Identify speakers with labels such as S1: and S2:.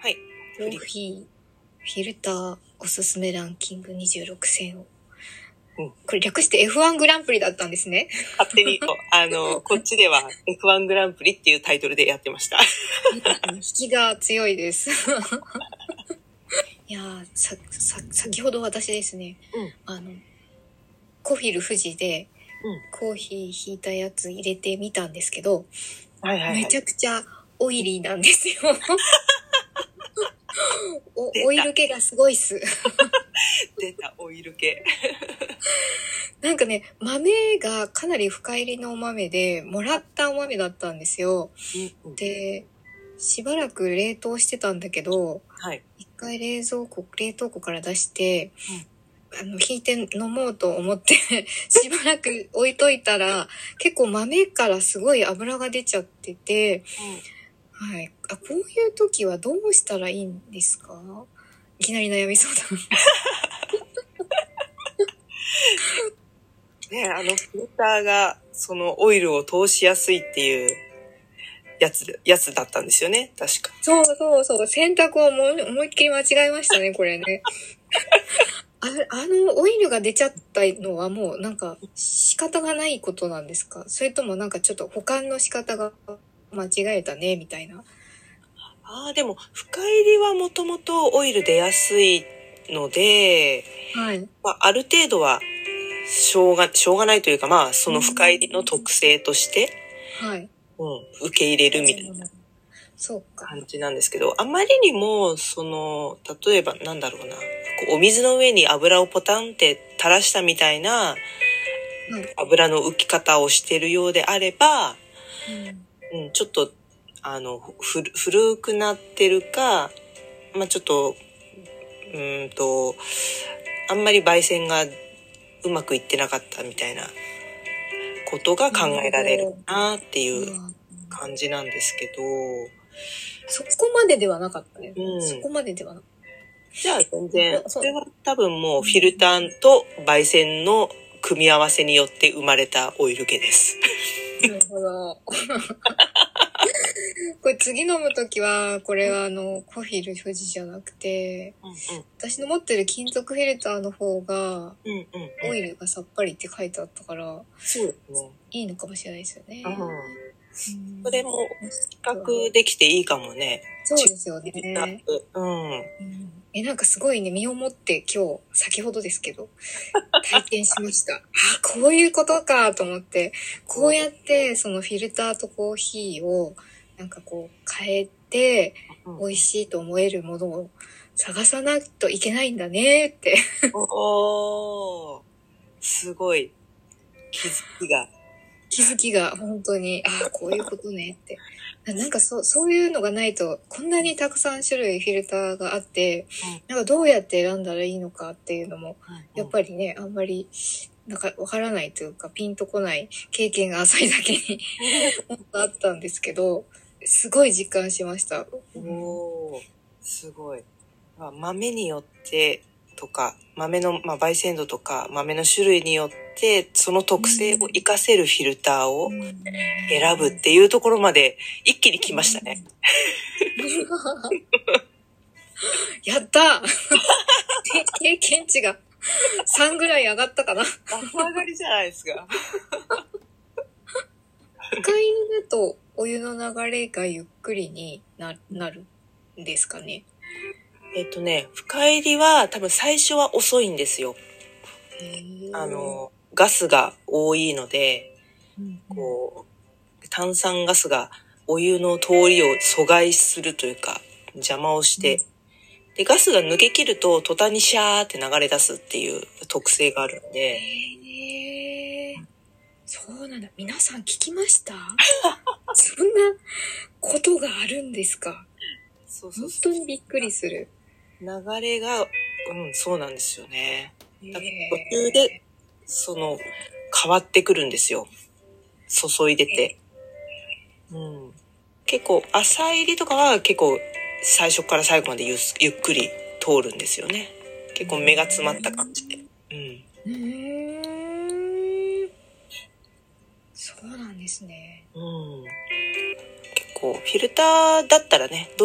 S1: はい。
S2: コーヒー、フィルター、おすすめランキング26選を。
S1: うん
S2: これ略して F1 グランプリだったんですね。
S1: 勝手に、こうあの、こっちでは F1 グランプリっていうタイトルでやってました。
S2: 引きが強いです。 いやーさ、さ、先ほど私ですね、
S1: うん
S2: あの、コフィル富士で
S1: うん、
S2: コーヒー引いたやつ入れてみたんですけど、
S1: はいは
S2: めちゃくちゃオイリーなんで すよ。お
S1: 出た
S2: オイル気がすごいっす。
S1: 出たオイル系。
S2: なんかね、豆がかなり深入りのお豆で、もらったお豆だったんですよ。で、しばらく冷凍してたんだけど、
S1: はい。
S2: 一回冷蔵庫、冷凍庫から出して、あの、引いて飲もうと思って、 しばらく置いといたら、結構豆からすごい油が出ちゃってて、はい。あ、こういう時はどうしたらいいんですかいきなり悩み相談。
S1: ねあの、フィルターが、そのオイルを通しやすいっていう、やつで、やつだったんですよね。確か。
S2: そうそうそう。選択をもう思いっきり間違えましたね、これね。 ああの、オイルが出ちゃったのはもうなんか仕方がないことなんですかそれともなんかちょっと保管の仕方が間違えたね、みたいな。
S1: ああ、でも、深入りはもともとオイル出やすいので、
S2: はい。
S1: まあ、ある程度は、しょうが、しょうがないというか、まあ、その深入りの特性として、
S2: はい。
S1: うん、受け入れるみたいな。
S2: そうか。
S1: 感じなんですけど、あまりにも、その、例えばなんだろうな、こうお水の上に油をポタンって垂らしたみたいな
S2: はい。
S1: 油の浮き方をしてるようであれば、
S2: うん
S1: うん、ちょっと、あの、ふ古くなってるか、まあ、ちょっと、うーんと、あんまり焙煎がうまくいってなかったみたいなことが考えられるかなっていう
S2: まあ
S1: 感じなんですけど、
S2: そこまでではなかったね。
S1: うん
S2: そこまでではなかっ
S1: じゃあ全然、そ
S2: そ
S1: うれは多分もうフィルターと焙煎の組み合わせによって生まれたオイル系です。
S2: た。なるほど。 これ次飲むときは、これはあの、コフィル富士じゃなくて、
S1: う
S2: 私の持ってる金属フィルターの方が、
S1: んうん。うんうん、
S2: オイルがさっぱりって書いてあったから、
S1: そうですね。
S2: いいのかもしれないですよね。
S1: うん。
S2: うん
S1: それも
S2: 比
S1: 比較できていいかもね。
S2: そうですよ
S1: だ
S2: ね。
S1: うん。
S2: うんえ、なんかすごいね、身をもって今日、先ほどです けど、体験しました。あ、こういうことかと思って、こうやって、そのフィルターとコーヒーを、なんかこう、変えて、美味しいと思えるものを探さないといけないんだねって。
S1: おー。すごい。気づきが。
S2: 気づきが本当に、ああ、こういうことねって。ななんかそう、そういうのがないと、こんなにたくさん種類フィルターがあって、なんかどうやって選んだらいいのかっていうのも、やっぱりね、あんまり、なんかわからないというか、ピンとこない経験が浅いだけにもっとあったんですけど、すごい実感しました。
S1: おー。すごい。まあ豆によってとか、豆の、まあ、焙煎度とか、豆の種類によって、その特性を活かせるフィルターを選ぶっていうところまで一気に来ましたね。
S2: やったー 経験値が3ぐらい上がったかな。
S1: お上がりじゃないですか。
S2: 一回だとお湯の流れがゆっくりにななるんですかね。
S1: えっとね、深入りは多分最初は遅いんですよ。あの、ガスが多いので、
S2: うん、
S1: こう、炭酸ガスがお湯の通りを阻害するというか、邪魔をして、で、ガスが抜け切ると途端にシャーって流れ出すっていう特性があるんで、
S2: へーそうなんだ。皆さん聞きま したそんなことがあるんですか
S1: そうそ
S2: 本
S1: うそ
S2: 当
S1: う。
S2: にびっくりする。
S1: 流れが、うん、そうなんですよね。だから途中
S2: へー
S1: で、その、変わってくるんですよ。注いでて。うん。結構、浅入りとかは結構、最初から最後までゆっゆっくり通るんですよね。結構目が詰まった感じで。うん。
S2: うーんそうなんですね。
S1: うん。結構、フィルターだったらね、